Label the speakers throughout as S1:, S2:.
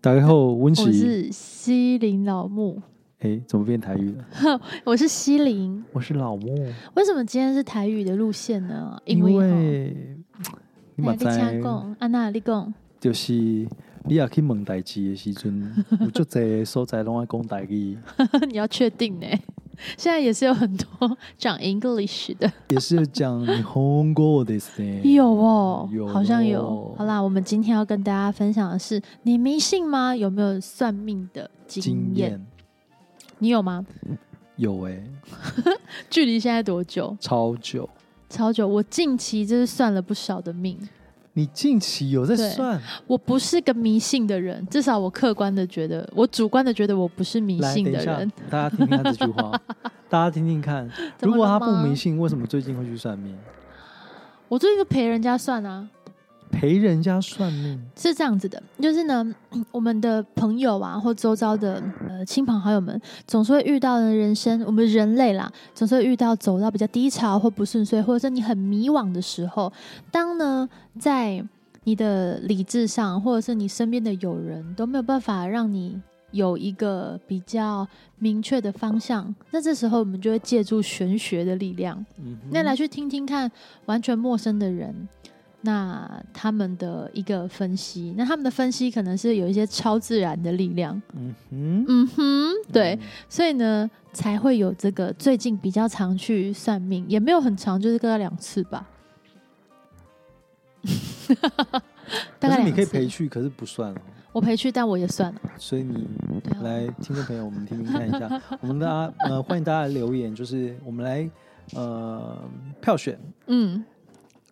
S1: 大家好，温
S2: 我
S1: 习。
S2: 是西林老木，
S1: 哎、怎么变台语了？
S2: 我是西林。
S1: 我是老莫，
S2: 为什么今天是台语的路线呢？
S1: 因
S2: 为
S1: 为你
S2: 哈
S1: 嘛
S2: 哎你
S1: 知，
S2: 请讲，安娜你讲，
S1: 就是你也去问代志的时阵，有足侪所在拢爱讲台语，
S2: 你要确定呢？现在也是有很多 讲 English 的，
S1: 也是讲日本語ですね。
S2: 有哦，
S1: 哎有
S2: 好像有
S1: 哦。
S2: 好啦，我们今天要跟大家分享的是，你迷信吗？有没有算命的经
S1: 经
S2: 验？
S1: 验
S2: 你有吗？
S1: 有哎、
S2: 距离现在多久？
S1: 超久。
S2: 超久。我近期就是算了不少的命。
S1: 你近期有在
S2: 对
S1: 算？
S2: 我不是个迷信的人，至少我客观的觉得，我主观的觉得我不是迷
S1: 来，
S2: 信
S1: 等一
S2: 的
S1: 下
S2: 人。，
S1: 大家听听看这句话， 大家听听看。
S2: 怎
S1: 如
S2: 么
S1: 果他
S2: 了
S1: 不迷
S2: 吗，
S1: 信，为什么最近会去算命？
S2: 我最近就陪人家算啊，
S1: 陪人家算命，
S2: 是这样子的，就是呢， 我们的朋友啊，或周遭的呃亲朋好友们，总是会遇到的人生，我们人类啦，总是会遇到走到比较低潮或不顺遂，或者是你很迷惘的时候，当呢在你的理智上，或者是你身边的友人都没有办法让你有一个比较明确的方向，那这时候我们就会借助玄学的力量，
S1: 嗯哼
S2: 那来去听听看完全陌生的人，那他们的一个分析，那他们的分析可能是有一些超自然的力量。
S1: 嗯哼，
S2: 嗯哼，对，
S1: 嗯
S2: 所以呢才会有这个最近比较常去算命，也没有很长，就是大概两次吧。
S1: 可
S2: 大概
S1: 是你
S2: 两
S1: 可以
S2: 次
S1: 陪，去，可是不算哦。
S2: 我陪去，但我也算了。
S1: 所以你
S2: 对啊
S1: 来，听众朋友，我们听听看一 下，我们大家呃，欢迎大家留言，就是我们来呃票选，
S2: 嗯，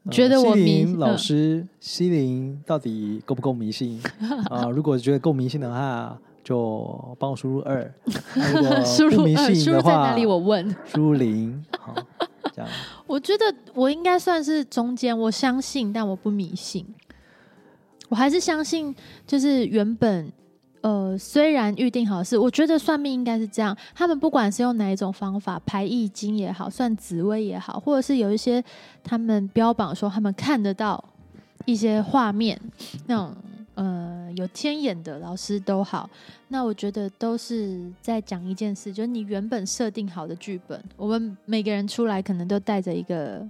S1: 呃
S2: 觉得我
S1: 西
S2: 迷
S1: 林老
S2: 嗯
S1: 师西林到底够不够迷 信啊、如果觉得够迷信的话，就帮我输入 二；啊如
S2: 输
S1: 果
S2: 入
S1: 不迷
S2: 呃输
S1: 信
S2: 入
S1: 的
S2: 在
S1: 话，
S2: 哪里？我问。
S1: 输入零，好，这样。
S2: 我觉得我应该算是中间，我相信，但我不迷信。我还是相信，就是原本呃，虽然预定好的事，我觉得算命应该是这样。他们不管是用哪一种方法，排易经也好，算紫微也好，或者是有一些他们标榜说他们看得到一些画面，那种呃有天眼的老师都好，那我觉得都是在讲一件事，就是你原本设定好的剧本，我们每个人出来可能都带着一个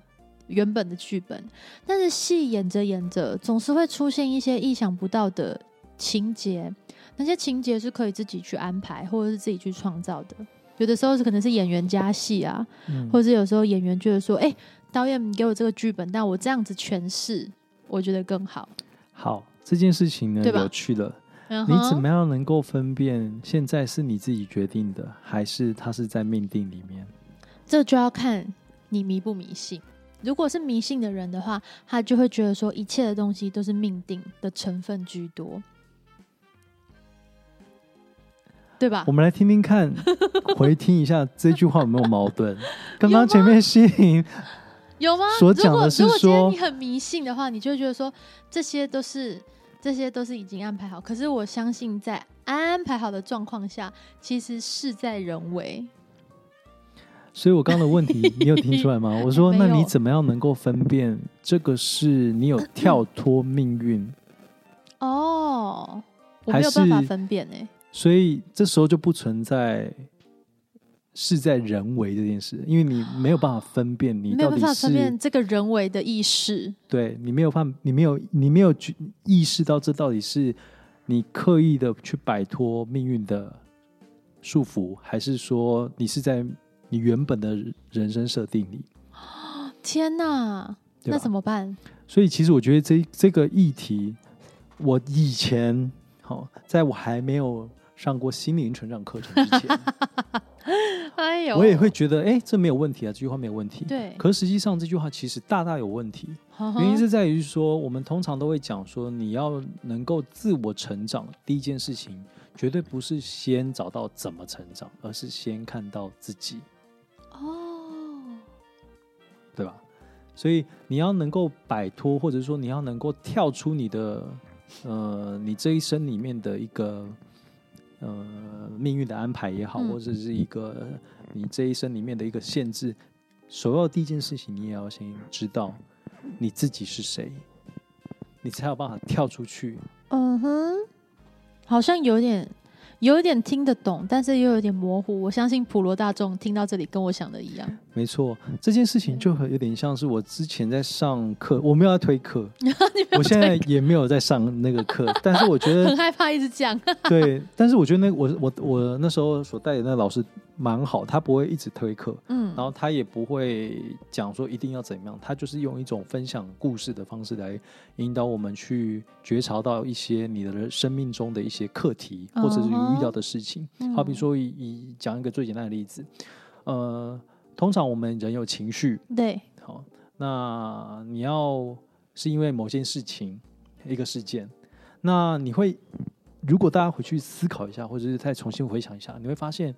S2: 原本的剧本，但是戏演着演着，总是会出现一些意想不到的情节，那些情节是可以自己去安排或者是自己去创造的。有的时候是可能是演员加戏啊，
S1: 嗯
S2: 或者有时候演员觉得说，哎、导演你给我这个剧本，但我这样子诠释，我觉得更好。
S1: 好，这件事情呢
S2: 对吧
S1: 有趣了。
S2: 嗯
S1: 你
S2: 哼
S1: 怎么样能够分辨现在是你自己决定的，还是它是在命定里面？
S2: 这就要看你迷不迷信。如果是迷信的人的话，他就会觉得说一切的东西都是命定的成分居多，对吧
S1: 我？们来听听 看，回听一下这句话有没有矛盾？刚刚前面吸引
S2: 有吗？
S1: 所讲的是
S2: 如果如
S1: 说
S2: 果今天你很迷信的话，你就会觉得说这些都是这些都是已经安排好。可是我相信，在安排好的状况下，其实事在人为。
S1: 所以我刚刚的问题，你有听出来吗？ 我说，
S2: 没
S1: 那
S2: 有
S1: 你怎么样能够分辨这个是你有跳脱命运？
S2: 哦，我
S1: 还
S2: 没有办法
S1: 是
S2: 分辨哎、
S1: 所以这时候就不存在事在人为这件事，因为你没有办法分辨你
S2: 没
S1: 到
S2: 有办
S1: 底
S2: 法分
S1: 是
S2: 辨这个人为的意识。
S1: 对你没有办，你没有你没有去意识到这到底是你刻意的去摆脱命运的束缚，还是说你是在你原本的人生设定里？
S2: 天哪，
S1: 对吧
S2: 那怎么办？
S1: 所以其实我觉得这这个议题，我以前好、在我还没有上过心灵成长课程之 前，
S2: 哎呦，
S1: 我也会觉得哎、诶这没有问题啊，这句话没有问题。
S2: 对，
S1: 可实际上这句话其实大大有问题。
S2: 呵呵
S1: 原因是在于说，我们通常都会讲说，你要能够自我成长，第一件事情绝对不是先找到怎么成长，而是先看到自己，
S2: 哦，
S1: 对吧？所以你要能够摆脱，或者说你要能够跳出你的，呃，你这一生里面的一个，呃，命运的安排也好，
S2: 嗯
S1: 或者是一个你这一生里面的一个限制，首要第一件事情，你也要先知道你自己是谁，你才有办法跳出去，
S2: 嗯哼，好像有点有点听得懂，但是又有点模糊。我相信普罗大众听到这里跟我想的一 样。
S1: 没错，这件事情就很有点像是我之前在上课，我没有要推课，我现在也没有在上那个课，但是我觉得
S2: 很害怕一直讲，
S1: 对，但是我觉得那我我我那时候所带的那个老师蛮好，他不会一直推课，
S2: 嗯
S1: 然后他也不会讲说一定要怎么样，他就是用一种分享故事的方式来引导我们去觉察到一些你的生命中的一些课题，或者是你遇到的事情。
S2: 哦嗯
S1: 好比说以，以讲一个最简单的例子，呃，通常我们人有情绪，
S2: 对，
S1: 好，哦那你要是因为某件事情、一个事件，那你会如果大家回去思考一下，或者是再重新回想一下，你会发现，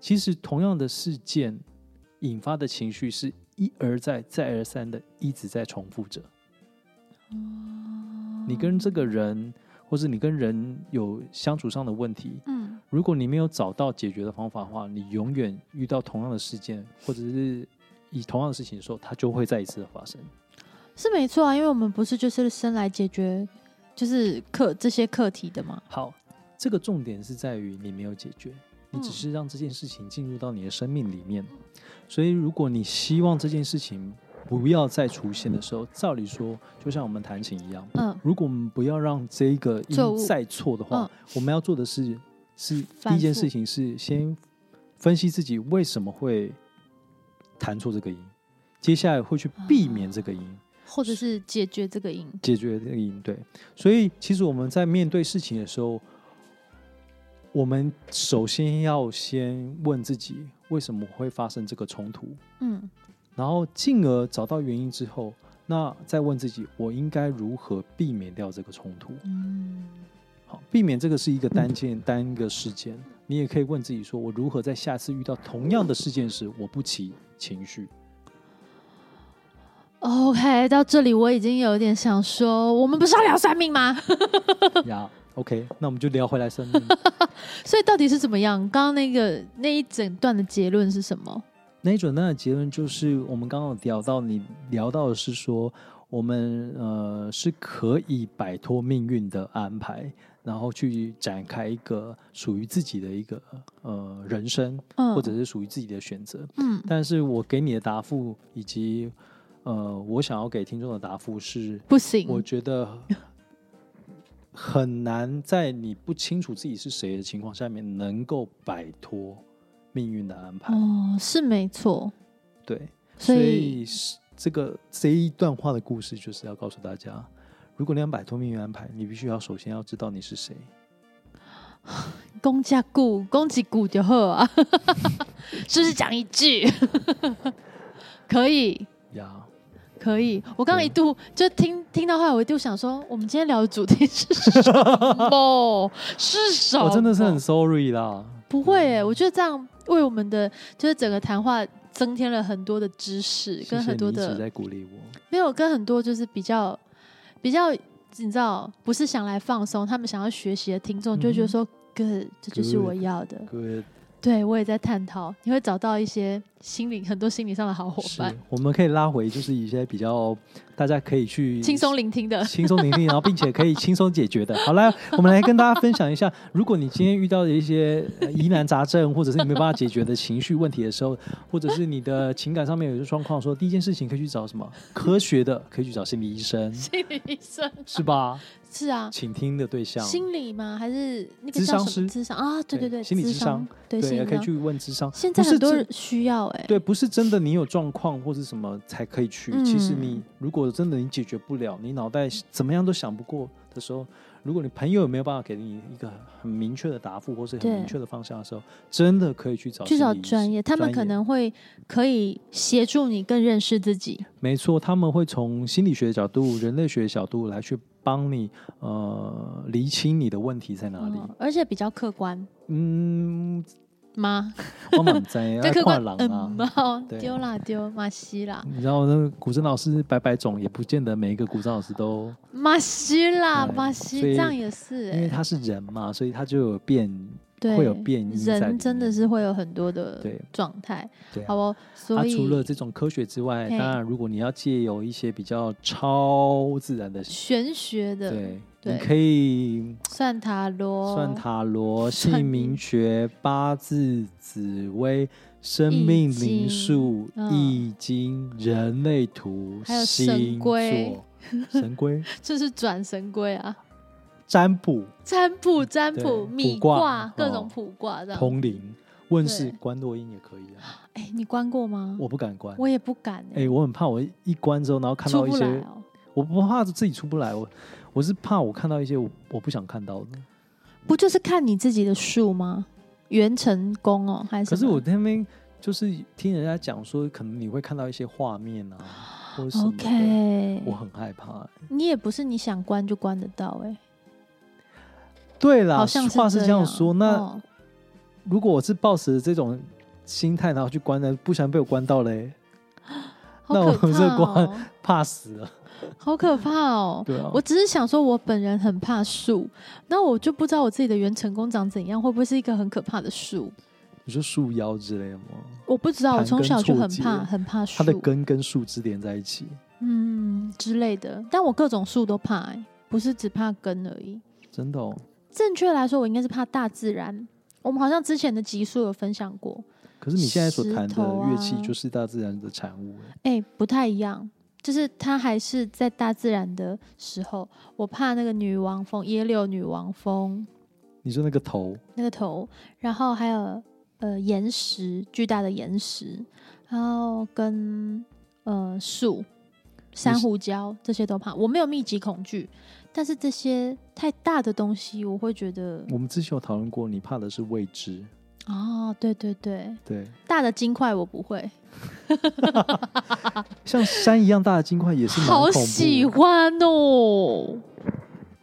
S1: 其实同样的事件引发的情绪是一而再、再而三的一直在重复着。你跟这个人，或是你跟人有相处上的问题，
S2: 嗯
S1: 如果你没有找到解决的方法的话，你永远遇到同样的事件，或者是以同样的事情的时候，它就会再一次的发生。
S2: 是没错啊，因为我们不是就是生来解决就是课这些课题的嘛。
S1: 好，这个重点是在于你没有解决，你只
S2: 嗯
S1: 是让这件事情进入到你的生命里面。所以，如果你希望这件事情不要再出现的时候，照理说，就像我们弹琴一样，
S2: 嗯，
S1: 如果我们不要让这个
S2: 错
S1: 音
S2: 误嗯
S1: 再错的话，我们要做的是是
S2: 反
S1: 第一件
S2: 复
S1: 事情是先分析自己为什么会弹错这个音，接下来会去
S2: 啊
S1: 避免这个音，
S2: 或者是解决这个赢。
S1: 解决这个音。对，所以其实我们在面对事情的时候，我们首先要先问自己为什么会发生这个冲突，
S2: 嗯
S1: 然后进而找到原因之后，那再问自己我应该如何避免掉这个冲突。
S2: 嗯，
S1: 好，避免这个是一个单件、单一个事件。你也可以问自己说，我如何在下次遇到同样的事件时，我不起情绪？
S2: OK，到这里我已经有点想说，我们不是要聊算命吗？
S1: 呀、o k 那我们就聊回来生命
S2: 所以到底是怎么样？刚刚那个那一整段的结论是什么？
S1: 那一准那的结论就是，我们刚刚有聊到你聊到的是说，我们呃是可以摆脱命运的安排，然后去展开一个属于自己的一个呃人生，
S2: 嗯，
S1: 或者是属于自己的选择。
S2: 嗯
S1: 但是我给你的答复以及呃，我想要给听众的答复是，
S2: 不行，
S1: 我觉得很难在你不清楚自己是谁的情况下面，能够摆脱命运的安排。
S2: 哦是没错，
S1: 对，
S2: 所
S1: 所
S2: 以
S1: 以是这个这一段话的故事，就是要告诉大家。如果你想摆脱命运安排，你必须要首先要知道你是谁。
S2: 公家顾公鸡顾就好 啊，是不是讲一句？可以，
S1: 呀、
S2: 可以。我刚刚一度就听听到后来，我一度想说，我们今天聊的主题是什 么？是什么？
S1: 我真的是很 sorry 啦。
S2: 不会诶、我觉得这样为我们的就是整个谈话增添了很多的知识，
S1: 谢
S2: 跟
S1: 谢
S2: 很
S1: 你
S2: 多
S1: 一直
S2: 的
S1: 在鼓励我。
S2: 没有跟很多就是比较比较，你知道，不是想来放松，他们想要学习的听众就会觉得说、good，这就是我
S1: Good
S2: 要的。
S1: 嗯 Good
S2: 对我也在探讨，你会找到一些心理很多心理上的好伙
S1: 是
S2: 伴，，
S1: 我们可以拉回，就是一些比较大家可以去
S2: 轻松聆听 的。
S1: 轻松聆听，然后并且可以轻松解决的。好来，我们来跟大家分享一下，如果你今天遇到的一些呃疑难杂症，或者是你没有办法解决的情绪问题的时候，或者是你的情感上面有一些状况的时候，说第一件事情可以去找 什么科学的，可以去找心理医生，
S2: 心理医生
S1: 是吧？
S2: 是啊，
S1: 倾听的对象，
S2: 心理吗？还是那个
S1: 咨
S2: 叫
S1: 商
S2: 什么？
S1: 师
S2: 智商啊，对对
S1: 对
S2: 对，
S1: 心理
S2: 咨
S1: 咨
S2: 商
S1: 商，
S2: 对
S1: 对，
S2: 心
S1: 也
S2: 理
S1: 可以
S2: 商。
S1: 去问智商。
S2: 现在
S1: 不是
S2: 很多
S1: 智
S2: 人需要哎、
S1: 对，不是真的你有状况或是什么才可以去。
S2: 嗯
S1: 其实你如果真的你解决不了，你脑袋怎么样都想不过的时候，如果你朋友有没有办法给你一个很明确的答复或是很
S2: 对
S1: 明确的方向的时候，真的可以去找
S2: 去找
S1: 心理医师
S2: 专业，他们
S1: 专
S2: 可能会可以协助你更认识自己。
S1: 没错，他们会从心理学的角度、人类学的角度来去帮你呃厘清你的问题在哪里。
S2: 嗯而且比较客观
S1: 嗯，
S2: 吗？
S1: 我满 在
S2: 就客
S1: 跨
S2: 观，
S1: 狼啊
S2: 嗯，。哦
S1: 对
S2: 丢啦丢，马西啦，
S1: 你知道那个古筝老师百百种，也不见得每一个古筝老师都
S2: 马西啦，
S1: 对
S2: 马
S1: 所
S2: 西，
S1: 以
S2: 这样也是
S1: 因为
S2: 哎，
S1: 他是人嘛，所以他就有变，
S2: 对，
S1: 会有变异在里
S2: 人
S1: 面
S2: 真的是会有很多的
S1: 对
S2: 状态，
S1: 对
S2: 好
S1: 啊。
S2: 不？
S1: 他、
S2: 所以
S1: 除了这种科学之外，
S2: 嘿
S1: 当然如果你要借由一些比较超自然的，
S2: 玄学的，
S1: 对你
S2: 对
S1: 可以
S2: 算塔罗，
S1: 算塔 罗、
S2: 算
S1: 姓名
S2: 命
S1: 学、八字、紫微、生命灵数、
S2: 嗯
S1: 易经、人类图、
S2: 还有神
S1: 星座
S2: 龟、
S1: 神龟、
S2: 就是转神龟啊，
S1: 占 卜、
S2: 占卜、占
S1: 嗯对
S2: 卜、米
S1: 卜卦哦
S2: 各种卜卦这样。
S1: 通灵、问世
S2: 对、
S1: 关落音也可以啊。
S2: 哎，你关过吗？
S1: 我不敢关，
S2: 我也不敢
S1: 哎、
S2: 哎，
S1: 我很怕我一关之后，然后看
S2: 出
S1: 到一
S2: 不
S1: 些，
S2: 来哦。
S1: 我不怕自己出不来，我我是怕我看到一些我我不想看到的。
S2: 不就是看你自己的数吗？元成功哦，还是
S1: 可
S2: 什
S1: 是
S2: 么
S1: 我那边就是听人家讲说，可能你会看到一些画面 啊，或者什么的
S2: OK，
S1: 我很害怕、欸
S2: 你也不是你想关就关得到哎、
S1: 对啦，
S2: 好像
S1: 啊话是
S2: 这
S1: 这样说。那、
S2: 哦
S1: 如果我是抱持这种心态，然后去关的，不想被我关到嘞，
S2: 好
S1: 那我
S2: 可怕、哦、
S1: 这关怕死了。
S2: 好可怕 哦！
S1: 对啊，
S2: 我只是想说，我本人很怕树，那我就不知道我自己的元成功长怎样，会不会是一个很可怕的树？
S1: 你说树妖之类的吗？
S2: 我不知道，我
S1: 盘根
S2: 从小就
S1: 错
S2: 很
S1: 节
S2: 怕，很怕树，
S1: 它的根跟树枝连在一起，
S2: 嗯之类的。但我各种树都怕、哎，不是只怕根而已。
S1: 真的、哦。
S2: 正确来说，我应该是怕大自然。我们好像之前的集数有分享过，
S1: 可是你现在所弹的
S2: 石头啊
S1: 乐器就是大自然的产物、欸
S2: 哎、不太一样，就是它还是在大自然的时候，我怕那个女王蜂，野柳女王蜂
S1: 你说那个头，啊
S2: 那个头，然后还有呃岩石，巨大的岩石，然后跟呃树、珊瑚礁这些都怕。我没有密集恐惧，但是这些太大的东西，我会觉得
S1: 我们之前有讨论过，你怕的是未知，嗯
S2: 哦，对对对，
S1: 对，
S2: 大的金块我不会，
S1: 像山一样大的金块也是蛮
S2: 好
S1: 恐怖的
S2: 喜欢哦，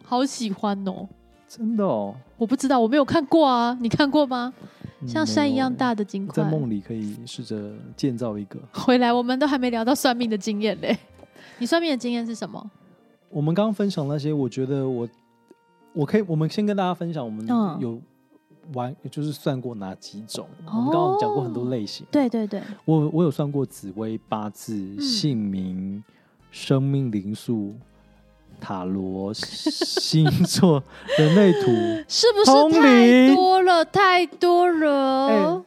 S2: 好喜欢哦。
S1: 真的哦，
S2: 我不知道，我没有看过啊，你看过吗？
S1: 嗯
S2: 像山一样。
S1: 没有欸
S2: 大的金块
S1: 在。梦里可以试着建造一个。
S2: 回来，我们都还没聊到算命的经验嘞。 你算命的经验是什么？
S1: 我们刚刚分享那些，我觉得我我可以，我们先跟大家分享，我们
S2: 嗯
S1: 有玩、就是算过哪几种。
S2: 哦
S1: 我们刚刚讲过很多类型，
S2: 对对对，
S1: 我我有算过紫薇、八字、
S2: 嗯
S1: 姓名、生命灵数、塔 罗、星座、人类图。
S2: 是不
S1: 通灵
S2: 是太多了？太多了
S1: 哎。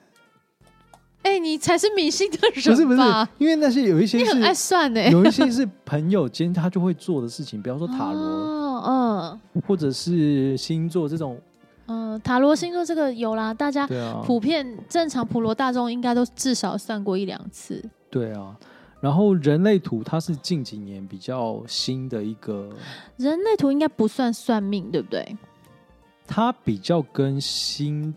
S2: 哎、你才是迷信的人吧？
S1: 不是不是，因为那些有一些
S2: 你很爱
S1: 是
S2: 算 呢、
S1: 有一些是朋友间他就会做的事情，比方说塔罗
S2: 哦
S1: 或者是星座这种。
S2: 嗯嗯，塔罗星座这个有啦，大家
S1: 对啊，
S2: 普遍正常普罗大众应该都至少算过一两次。
S1: 对啊，然后人类图它是近几年比较新的一个，
S2: 人类图应该不算算命，对不对？
S1: 它比较跟星，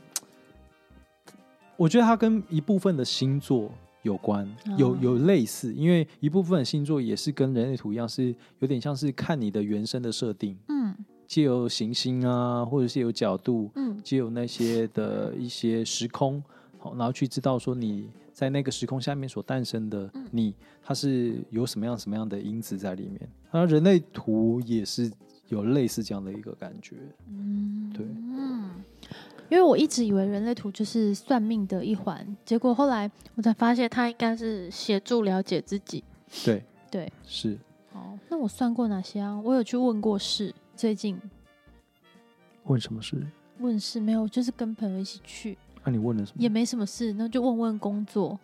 S1: 我觉得它跟一部分的星座有关，有
S2: 哦
S1: 有类似，因为一部分的星座也是跟人类图一样，是有点像是看你的原生的设定，
S2: 嗯
S1: 借由行星啊，或者是有角度，
S2: 嗯，
S1: 借由那些的一些时空，好，然后去知道说你在那个时空下面所诞生的你，
S2: 嗯
S1: 它是有什么样什么样的因子在里面。然后人类图也是有类似这样的一个感觉，
S2: 嗯，
S1: 对
S2: 嗯，因为我一直以为人类图就是算命的一环，结果后来我才发现它应该是协助了解自己。
S1: 对
S2: 对，
S1: 是
S2: 哦，那我算过哪些啊？我有去问过事，最近
S1: 问什么事？
S2: 问事没有，就是跟朋友一起去，
S1: 那、你问了什么？
S2: 也没什么事，那就问问工作，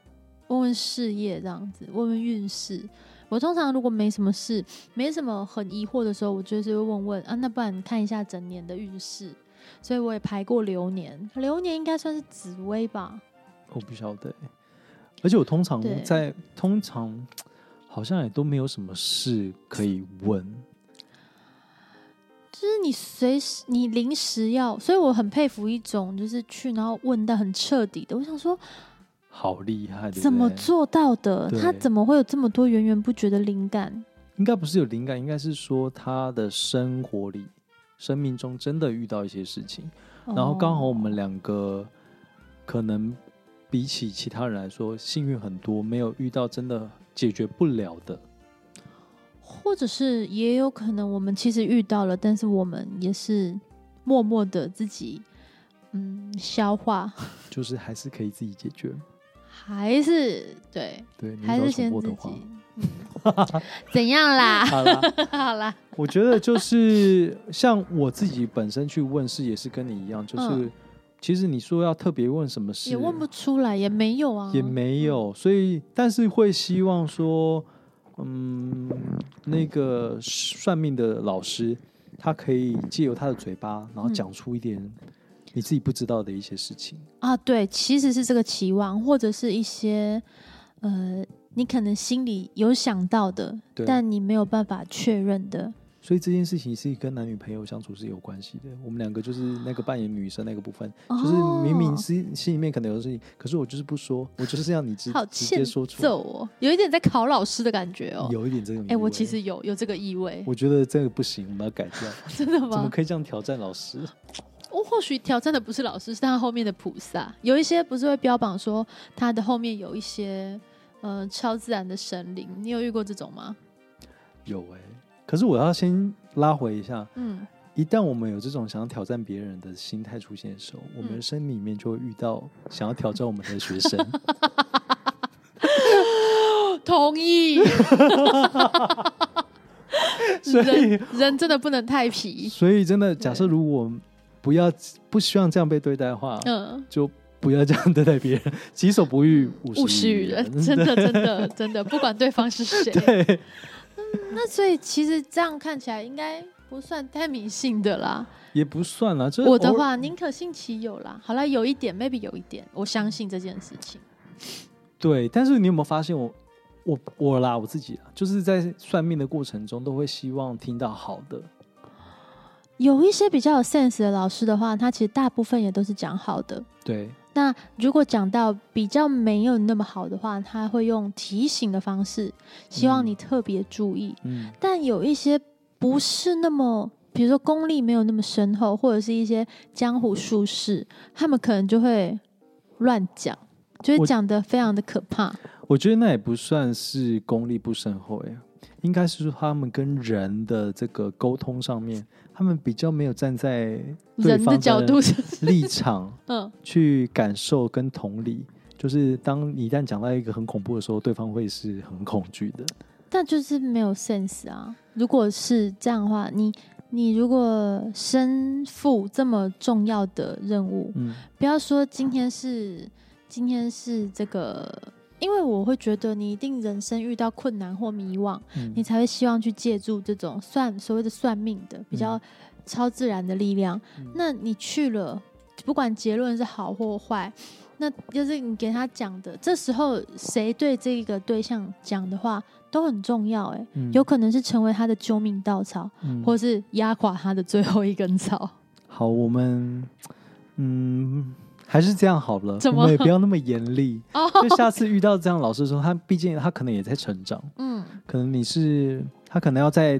S2: 问问事业这样子，问问运势。我通常如果没什么事，没什么很疑惑的时候，我就是会问问啊，那不然看一下整年的运势。所以我也排过流年，流年应该算是紫薇吧？
S1: 我不晓得欸、而且我通常
S2: 对
S1: 在通常好像也都没有什么事可以问，
S2: 就是你随时你临时要，所以我很佩服一种就是去然后问的很彻底的。我想说
S1: 好厉害，对不
S2: 怎么
S1: 对？
S2: 做到的？
S1: 对
S2: 他怎么会有这么多源源不绝的灵感？
S1: 应该不是有灵感，应该是说他的生活里、生命中真的遇到一些事情，
S2: 哦
S1: 然后刚好我们两个可能比起其他人来说幸运很多，没有遇到真的解决不了的。
S2: 或者是也有可能我们其实遇到了，但是我们也是默默的自己嗯消化，
S1: 就是还是可以自己解决，
S2: 还是对，
S1: 对，你遇
S2: 还
S1: 到重
S2: 是先
S1: 播
S2: 自
S1: 的话
S2: 己，嗯 怎样啦？
S1: 好啦，
S2: 好啦，
S1: 我觉得就是像我自己本身去问事，也是跟你一样，就是、
S2: 嗯
S1: 其实你说要特别问什么事，
S2: 也问不出来，也没有啊，
S1: 也没有，所以但是会希望说，嗯，那个算命的老师，他可以借由他的嘴巴，然后
S2: 嗯
S1: 讲出一点你自己不知道的一些事情。
S2: 啊。对，其实是这个期望，或者是一些呃，你可能心里有想到的，
S1: 对，
S2: 但你没有办法确认的。
S1: 所以这件事情是跟男女朋友相处是有关系的。我们两个就是那个扮演女生那个部分，就是明明
S2: 哦
S1: 心心里面可能有事情，可是我就是不说，我就是让你直
S2: 哦好
S1: 直
S2: 欠
S1: 接说出，
S2: 揍哦，有一点在考老师的感觉哦。
S1: 有一点这种意
S2: 哎、
S1: 味。
S2: 我其实有有这个意味，
S1: 我觉得这个不行，我们要改掉。
S2: 真的
S1: 怎么
S2: 吗？
S1: 可以这样挑战老师？
S2: 我或许挑战的不是老师，是他后面的菩萨。有一些不是会标榜说他的后面有一些呃超自然的神灵，你有遇过这种吗？
S1: 有哎、可是我要先拉回一下，
S2: 嗯，
S1: 一旦我们有这种想要挑战别人的心态出现的时候，我们
S2: 嗯
S1: 的生命里面就会遇到想要挑战我们的学生。
S2: 同意。
S1: 所以
S2: 人人真的不能太皮。
S1: 所以真的，假设如果我们不要不希望这样被对待的话，
S2: 嗯，
S1: 就不要这样对待别人。己所不欲，
S2: 务
S1: 勿
S2: 实
S1: 施
S2: 于人，真的真的真的，不 管对方是谁。
S1: 对，
S2: 那所以其实这样看起来应该不算太迷信的啦。
S1: 也不算啦。就是
S2: 我的
S1: 偶尔，
S2: 话，宁可信其有啦。好啦，有一点，maybe 有一点，我相信这件事情。
S1: 对，但是你有没有发现我？我我啦，我自己啊，就是在算命的过程中，都会希望听到好的，
S2: 有一些比较有 sense 的老师的话，他其实大部分也都是讲好的。
S1: 对，
S2: 那如果讲到比较没有那么好的话，他会用提醒的方式，希望你
S1: 嗯
S2: 特别注意。
S1: 嗯，
S2: 但有一些不是那么，比如说功力没有那么深厚，或者是一些江湖术士，他们可能就会乱讲，就会
S1: 我
S2: 讲的非常的可怕。
S1: 我觉得那也不算是功力不深厚呀，应该是说他们跟人的这个沟通上面，他们比较没有站在对
S2: 人的
S1: 方
S2: 角度是，
S1: 立场
S2: 嗯，
S1: 去感受跟同理。就是当你一旦讲到一个很恐怖的时候，对方会是很恐惧的。
S2: 但就是没有 sense 啊。如果是这样的话，你你如果身负这么重要的任务，
S1: 嗯，
S2: 不要说今天是今天是这个，因为我会觉得你一定人生遇到困难或迷惘。
S1: 嗯
S2: 你才会希望去借助这种算所谓的算命的比较
S1: 嗯
S2: 超自然的力量。
S1: 嗯
S2: 那你去了，不管结论是好或坏，那就是你给他讲的。这时候谁对这个对象讲的话都很重要、欸，
S1: 嗯
S2: 有可能是成为他的救命稻草，
S1: 嗯
S2: 或是压垮他的最后一根草。
S1: 好，我们嗯还是这样好了，
S2: 怎么
S1: 我们也不要那么严厉。
S2: 哦，
S1: 就下次遇到这样老师的时候，他毕竟他可能也在成长，
S2: 嗯，
S1: 可能你是他可能要在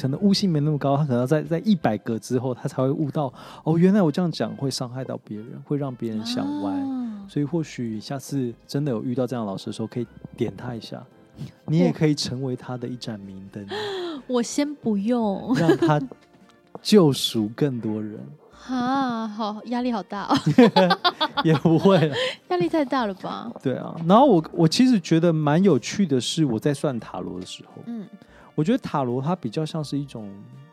S1: 可能悟性没那么高，他可能要在在一百个之后，他才会悟到哦，原来我这样讲会伤害到别人，会让别人想歪。
S2: 啊
S1: 所以或许下次真的有遇到这样的老师的时候，可以点他一下，你也可以成为他的一盏明灯，
S2: 我先不用，
S1: 让他救赎更多人，
S2: 哈，好压力好大哦，
S1: 也不会了。
S2: 压力太大了吧？
S1: 对啊，然后我我其实觉得蛮有趣的是，我在算塔罗的时候，
S2: 嗯
S1: 我觉得塔罗它比较像是一种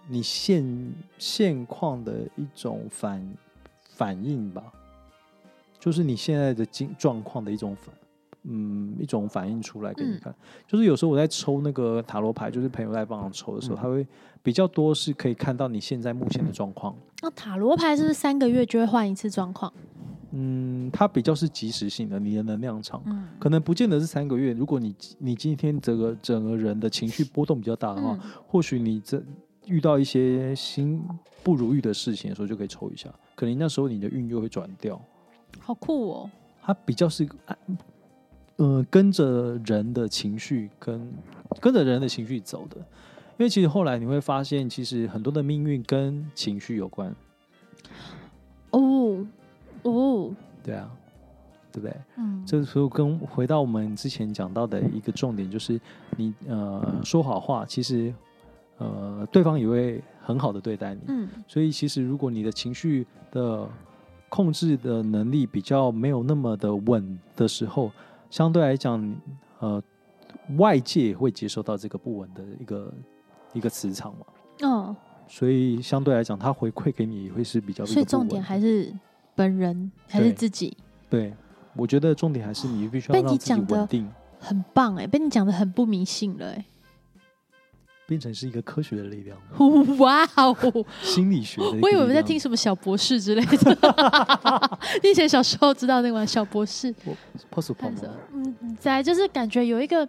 S1: 你现现况的一种反反应吧，就是你现在的经状况的一种反，嗯，一种反映出来给你
S2: 嗯
S1: 看。就是有时候我在抽那个塔罗牌，就是朋友在帮我抽的时候，
S2: 嗯
S1: 他会比较多是可以看到你现在目前的状况。
S2: 那塔罗牌是不是三个月就会换一次状况？
S1: 嗯，它比较是即时性的，你的能量场。
S2: 嗯，
S1: 可能不见得是三个月。如果你你今天整个整个人的情绪波动比较大的话，
S2: 嗯
S1: 或许你这遇到一些心不如意的事情的时候，就可以抽一下，可能那时候你的运就会转掉。
S2: 好酷哦！
S1: 它比较是，呃，跟着人的情绪跟跟着人的情绪走的。因为其实后来你会发现，其实很多的命运跟情绪有关，
S2: 哦哦，
S1: 对啊，对不对？
S2: 嗯，
S1: 这时候跟回到我们之前讲到的一个重点，就是你呃说好话，其实呃对方也会很好的对待你。
S2: 嗯
S1: 所以其实如果你的情绪的控制的能力比较没有那么的稳的时候，相对来讲，呃，外界也会接收到这个不稳的一个一个磁场嘛，
S2: 哦，
S1: 所以相对来讲，它回馈给你也会是比较一个
S2: 所以
S1: 不稳
S2: 重
S1: 的
S2: 点还是本人还是
S1: 对
S2: 自己，
S1: 对，我觉得重点还是你必须要
S2: 被
S1: 让
S2: 你
S1: 自己
S2: 讲得
S1: 稳定，
S2: 很棒哎、被你讲的很不迷信了哎、
S1: 变成是一个科学的力量，
S2: 哇哦！
S1: 心理学的一个力量。
S2: 我以为我在听什么小博士之类的。 你以前小时候知道那个吗？小博士
S1: Puzzle
S2: 看什
S1: Pump
S2: 么
S1: 吗？
S2: 嗯，在就是感觉有一个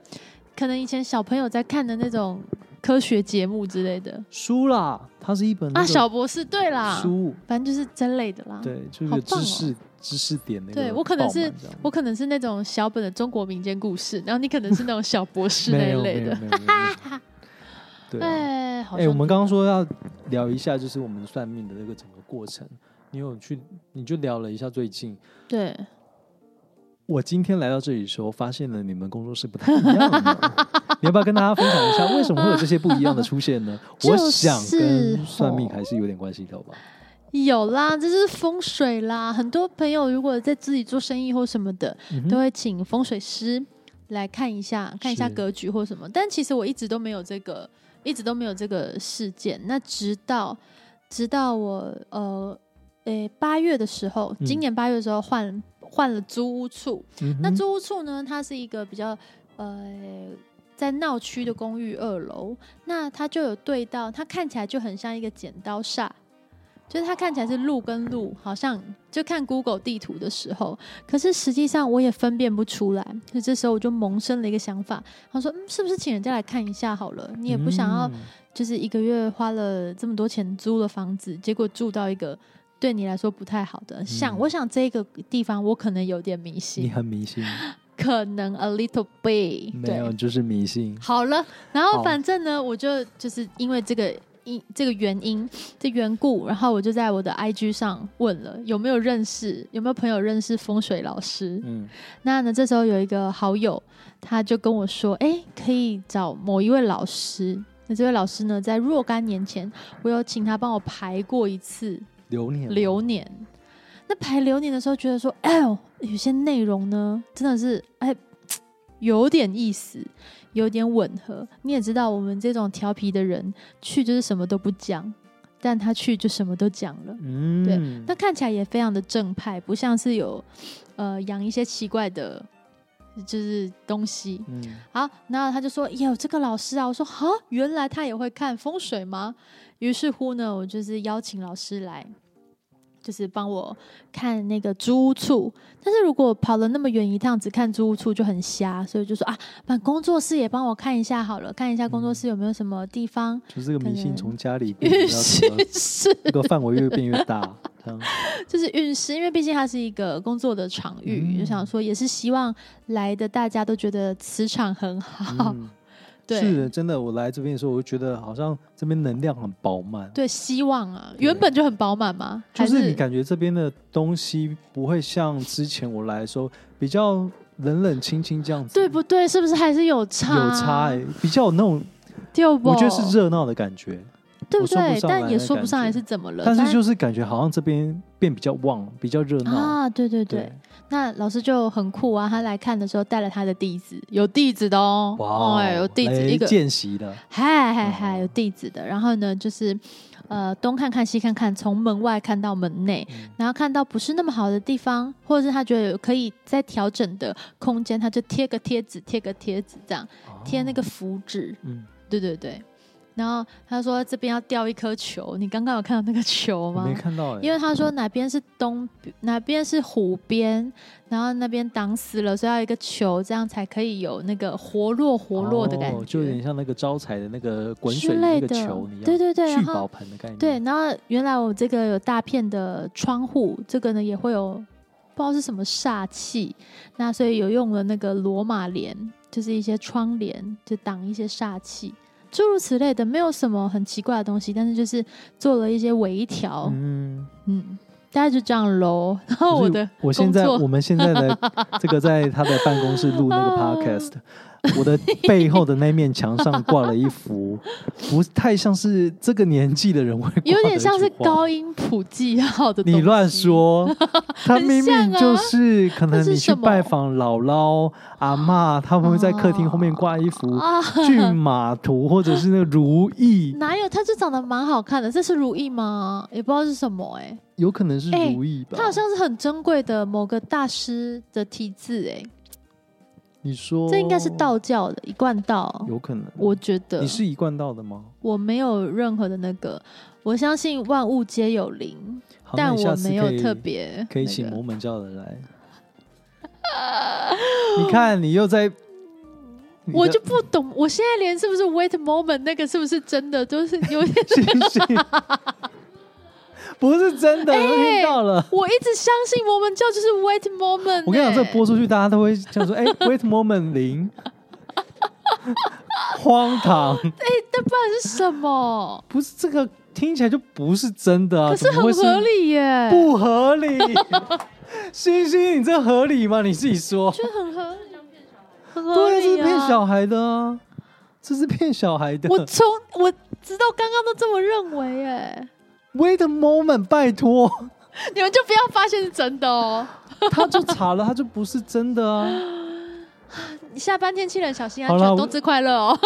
S2: 可能以前小朋友在看的那种科学节目之类的
S1: 书啦，它是一本那
S2: 啊，
S1: 个
S2: 小博士对啦，
S1: 书，
S2: 反正就是这类的啦。
S1: 对，就是一
S2: 好
S1: 个
S2: 棒
S1: 知
S2: 哦
S1: 识知识点那个爆满这样。
S2: 对我可能是我可能是那种小本的中国民间故事，然后你可能是那种小博士那
S1: 没
S2: 一
S1: 有
S2: 类
S1: 没有
S2: 的。
S1: 没有没有。 对啊，
S2: 哎，好
S1: 哎、
S2: 像
S1: 我们刚刚说要聊一下，就是我们算命的这个整个过程。你有去，你就聊了一下最近。
S2: 对，
S1: 我今天来到这里的时候，发现了你们工作室不太一样的。 你要不要跟大家分享一下，为什么会有这些不一样的出现 呢？
S2: 就
S1: 我
S2: 是
S1: 想跟
S2: 吼
S1: 算命还是有点关系的吧。
S2: 有啦，这是风水啦。很多朋友如果在自己做生意或什么的，
S1: 嗯
S2: 都
S1: 哼，
S2: 会请风水师来看一下，看一下
S1: 是
S2: 格局或什么。但其实我一直都没有这个，一直都没有这个事件。那直到直到我呃，诶八月的时候，
S1: 嗯
S2: 今年八月的时候换换了租屋处。
S1: 嗯哼
S2: 那租屋处呢，它是一个比较呃。在闹区的公寓二楼，那它就有对到，它看起来就很像一个剪刀煞，就是它看起来是路跟路，好像就看 Google 地图的时候，可是实际上我也分辨不出来。所以这时候我就萌生了一个想法，他说：“嗯，是不是请人家来看一下好了？你也不想要，
S1: 嗯
S2: 就是一个月花了这么多钱租了房子，结果住到一个对你来说不太好的。
S1: 嗯
S2: 像我想这个地方，我可能有点迷
S1: 你
S2: 信，
S1: 很迷信，
S2: 可能 a little bit
S1: 没有
S2: 对。
S1: 就是迷信。
S2: 好了，然后
S1: 好
S2: 反正呢，我就就是因为这个因这个原因这缘故，然后我就在我的 IG 上问了有没有认识有没有朋友认识风水老师。
S1: 嗯，
S2: 那呢，这时候有一个好友，他就跟我说，哎、可以找某一位老师。那这位老师呢，在若干年前，我有请他帮我排过一次
S1: 流年嘛
S2: 流年。那排流年的时候，觉得说，哎呦，有些内容呢，真的是哎，有点意思，有点吻合。你也知道，我们这种调皮的人去就是什么都不讲，但他去就什么都讲了。
S1: 嗯，
S2: 对那看起来也非常的正派，不像是有呃养一些奇怪的，就是东西。
S1: 嗯，
S2: 好，然后他就说有这个老师啊，我说哈，原来他也会看风水吗？于是乎呢，我就是邀请老师来，就是帮我看那个租屋处。但是如果跑了那么远一趟，只看租屋处就很瞎，所以就说啊，把工作室也帮我看一下好了，看一下工作室有没有什么地方
S1: 就是这个迷信
S2: 可能
S1: 从家里变
S2: 运
S1: 到什
S2: 势
S1: 么
S2: 是
S1: 这个范围越变越大，这样
S2: 就是运势，因为毕竟它是一个工作的场域，
S1: 嗯
S2: 就想说也是希望来的大家都觉得磁场很 好，
S1: 嗯，
S2: 对，
S1: 是的，真的。我来这边的时候，我就觉得好像这边能量很饱满，
S2: 对，希望啊，
S1: 对
S2: 原本就很饱满嘛，
S1: 就
S2: 还
S1: 是你感觉这边的东西不会像之前我来的时候比较冷冷清清这样子，
S2: 对不对？是不是还是有差？
S1: 有差哎、比较有那种
S2: 对不？
S1: 我觉得是热闹的感觉，
S2: 对不
S1: 我说不
S2: 对？
S1: 上来
S2: 但也
S1: 的
S2: 说
S1: 感
S2: 不上来
S1: 觉
S2: 是怎么了，
S1: 但是就是感觉好像这边变比较旺，比较热闹。
S2: 啊，对对对。那老师就很酷啊，他来看的时候带了他的弟子，有弟子的哦，
S1: 哇哦，
S2: 哎，有弟子
S1: 雷
S2: 一个，
S1: 见习 的，
S2: 嗨嗨嗨，
S1: 哦
S2: 有弟子的。然后呢，就是呃东看看西看看，从门外看到门内，
S1: 嗯
S2: 然后看到不是那么好的地方，或者是他觉得有可以再调整的空间，他就贴个贴纸，贴个贴纸这样，贴那
S1: 哦
S2: 个符纸。
S1: 嗯，
S2: 对对对。然后他说这边要掉一颗球，你刚刚有看到那个球
S1: 我
S2: 吗
S1: 没？看到哎、
S2: 因为他说哪边是东，哪边是湖边，然后那边挡死了，所以要一个球，这样才可以有那个活络活络的感觉，
S1: 哦就有点像那个招财的那个滚水
S2: 之类
S1: 那个
S2: 的。
S1: 球一样，
S2: 对对对，
S1: 聚
S2: 然后
S1: 宝盆的概念，
S2: 对，然后原来我这个有大片的窗户，这个呢也会有不知道是什么煞气，那所以有用了那个罗马帘，就是一些窗帘，就挡一些煞气，诸如此类的，没有什么很奇怪的东西，但是就是做了一些微调，嗯
S1: 嗯，
S2: 大概就这样喽。 然
S1: 可
S2: 后
S1: 是
S2: 我的
S1: 我现在
S2: 工作
S1: 我们现在的这个在他的办公室录那个
S2: 啊
S1: podcast，我的背后的那面墙上挂了一幅， 不太像是这个年纪的人会挂的一句
S2: 有
S1: 话
S2: 点像是高音谱记号的东西。啊
S1: 你乱 说，他明明就是可能你去拜访姥姥、阿 嬷，他们会在客厅后面挂一幅
S2: 啊！
S1: 骏马图或者是那个如意，
S2: 哪有？它就长得蛮好看的，这是如意吗？也不知道是什么哎、
S1: 有可能是如意吧？
S2: 它哎好像是很珍贵的某个大师的题字哎、
S1: 你说
S2: 这应该是，道教的一贯道，
S1: 哦有可能。
S2: 我觉得。
S1: 你是一贯道的吗？
S2: 我没有任何的那个，我相信万物皆有灵，
S1: 好那
S2: 但
S1: 你
S2: 我
S1: 下次
S2: 没有
S1: 可以
S2: 特别、那
S1: 可以请
S2: 个
S1: 摩门教的 来。你看，你又在，你
S2: 我
S1: 的，
S2: 就不懂，我现在连是不是 wait moment 那个是不是真的，都是有点
S1: 星星不是真
S2: 哎
S1: 的，我听到了。
S2: 我一直相信我们教就是 wait moment、欸
S1: 我跟你讲，这播出去，大家都会想说：“哎，wait moment 零， 荒唐，
S2: 那不然是什么？
S1: 不是这个听起来就不是真的 啊，
S2: 可是
S1: 怎么会
S2: 很合，理耶，
S1: 不合理。 星星，你这合理吗？你自己说，
S2: 就很合理，很合
S1: 对啊，这是
S2: 理
S1: 骗
S2: 啊。
S1: 小孩的啊，这是骗小孩的。
S2: 我从我直到刚刚都这么认为耶，
S1: wait a moment，拜托，
S2: 你们就不要发现是真的哦。
S1: 他就查了，他就不是真的 啊。
S2: 下班天气冷，小心安
S1: 好啦
S2: 全，
S1: 我
S2: 冬至快乐哦。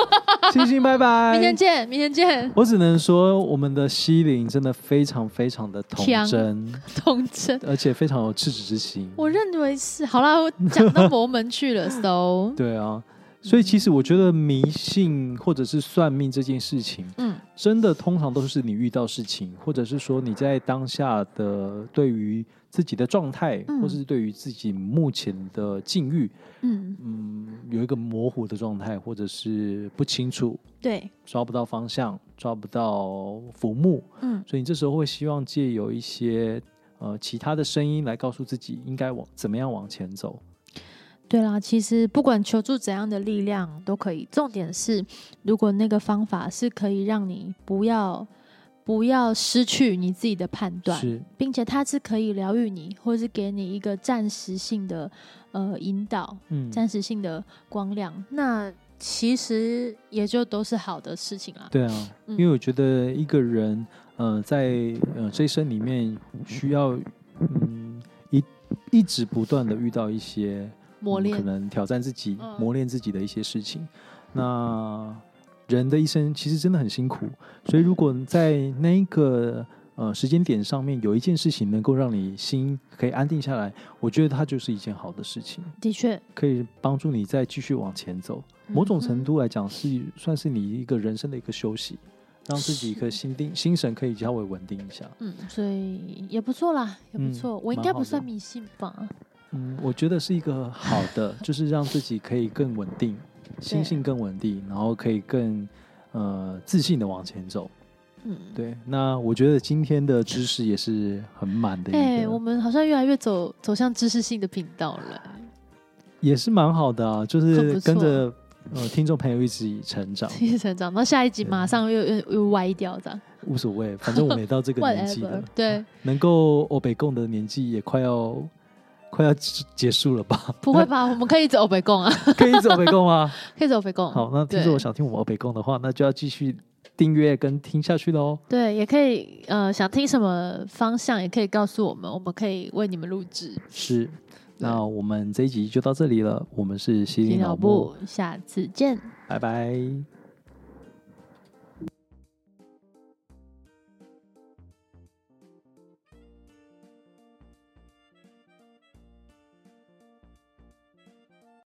S1: 星星，拜拜，
S2: 明天见，明天见。
S1: 我只能说，我们的西林真的非常非常的童
S2: 强
S1: 真，
S2: 童真，
S1: 而且非常有赤子之心。
S2: 我认为是好啦，我讲到魔门 去了，so，
S1: 对啊，所以其实我觉得迷信或者是算命这件事情，
S2: 嗯，
S1: 真的通常都是你遇到事情，或者是说你在当下的对于自己的状态，
S2: 嗯
S1: 或是对于自己目前的境遇，
S2: 嗯，
S1: 嗯，有一个模糊的状态，或者是不清楚，
S2: 对，
S1: 抓不到方向，抓不到浮木，
S2: 嗯
S1: 所以你这时候会希望借由一些呃其他的声音来告诉自己应该往怎么样往前走。
S2: 对啦，其实不管求助怎样的力量都可以，重点是如果那个方法是可以让你不要不要失去你自己的判断，
S1: 是，
S2: 并且它是可以疗愈你，或是给你一个暂时性的呃引导，
S1: 嗯，
S2: 暂时性的光亮，那其实也就都是好的事情啦。
S1: 对啊，
S2: 嗯
S1: 因为我觉得一个人呃在呃这一生里面需要嗯一一直不断的遇到一些
S2: 磨
S1: 嗯
S2: 练
S1: 可，能挑战自己、
S2: 嗯
S1: 磨练自己的一些事情。那人的一生其实真的很辛苦，所以如果在那一个呃时间点上面有一件事情能够让你心可以安定下来，我觉得它就是一件好的事情，
S2: 的确，嗯
S1: 可以帮助你再继续往前走。某种程
S2: 度。
S1: 度来讲是算是你一个人生的一个休息，让自己一个心定心神可以稍微稳定一下。
S2: 嗯，所以也不错啦，也不
S1: 嗯
S2: 错。我应
S1: 蛮
S2: 该
S1: 好
S2: 不算
S1: 的
S2: 迷信吧？
S1: 嗯，我觉得是一个好 的，就是让自己可以更稳定，心性更稳定，然后可以更呃自信的往前走。
S2: 嗯，。
S1: 对，那我觉得今天的知识也是很满的
S2: 哎、
S1: 一个，
S2: 我们好像越来越走走向知识性的频道了。
S1: 也是蛮好的啊，就
S2: 很
S1: 是
S2: 不错
S1: 跟着呃听众朋友一起成 长，
S2: 继续成长，那下一集
S1: 对
S2: 马上又又又歪掉，这样
S1: 无所谓，反正我们也到这个 年纪了
S2: whatever。。对，
S1: 能够欧北贡的年纪也快要快要结束了吧？
S2: 不会吧？我们可以走北贡啊，
S1: 可以一直欧北贡 吗？
S2: 可以走北贡。
S1: 好，那听
S2: 对
S1: 众我想听我们欧北贡的话，那就要继续订阅跟听下去喽。
S2: 对，也可以呃，想听什么方向也可以告诉我们，我们可以为你们录制。
S1: 是，那我们这一集就到这里了，我们是西林
S2: 听
S1: 老
S2: 老
S1: 木，
S2: 布，下次见。
S1: 拜拜。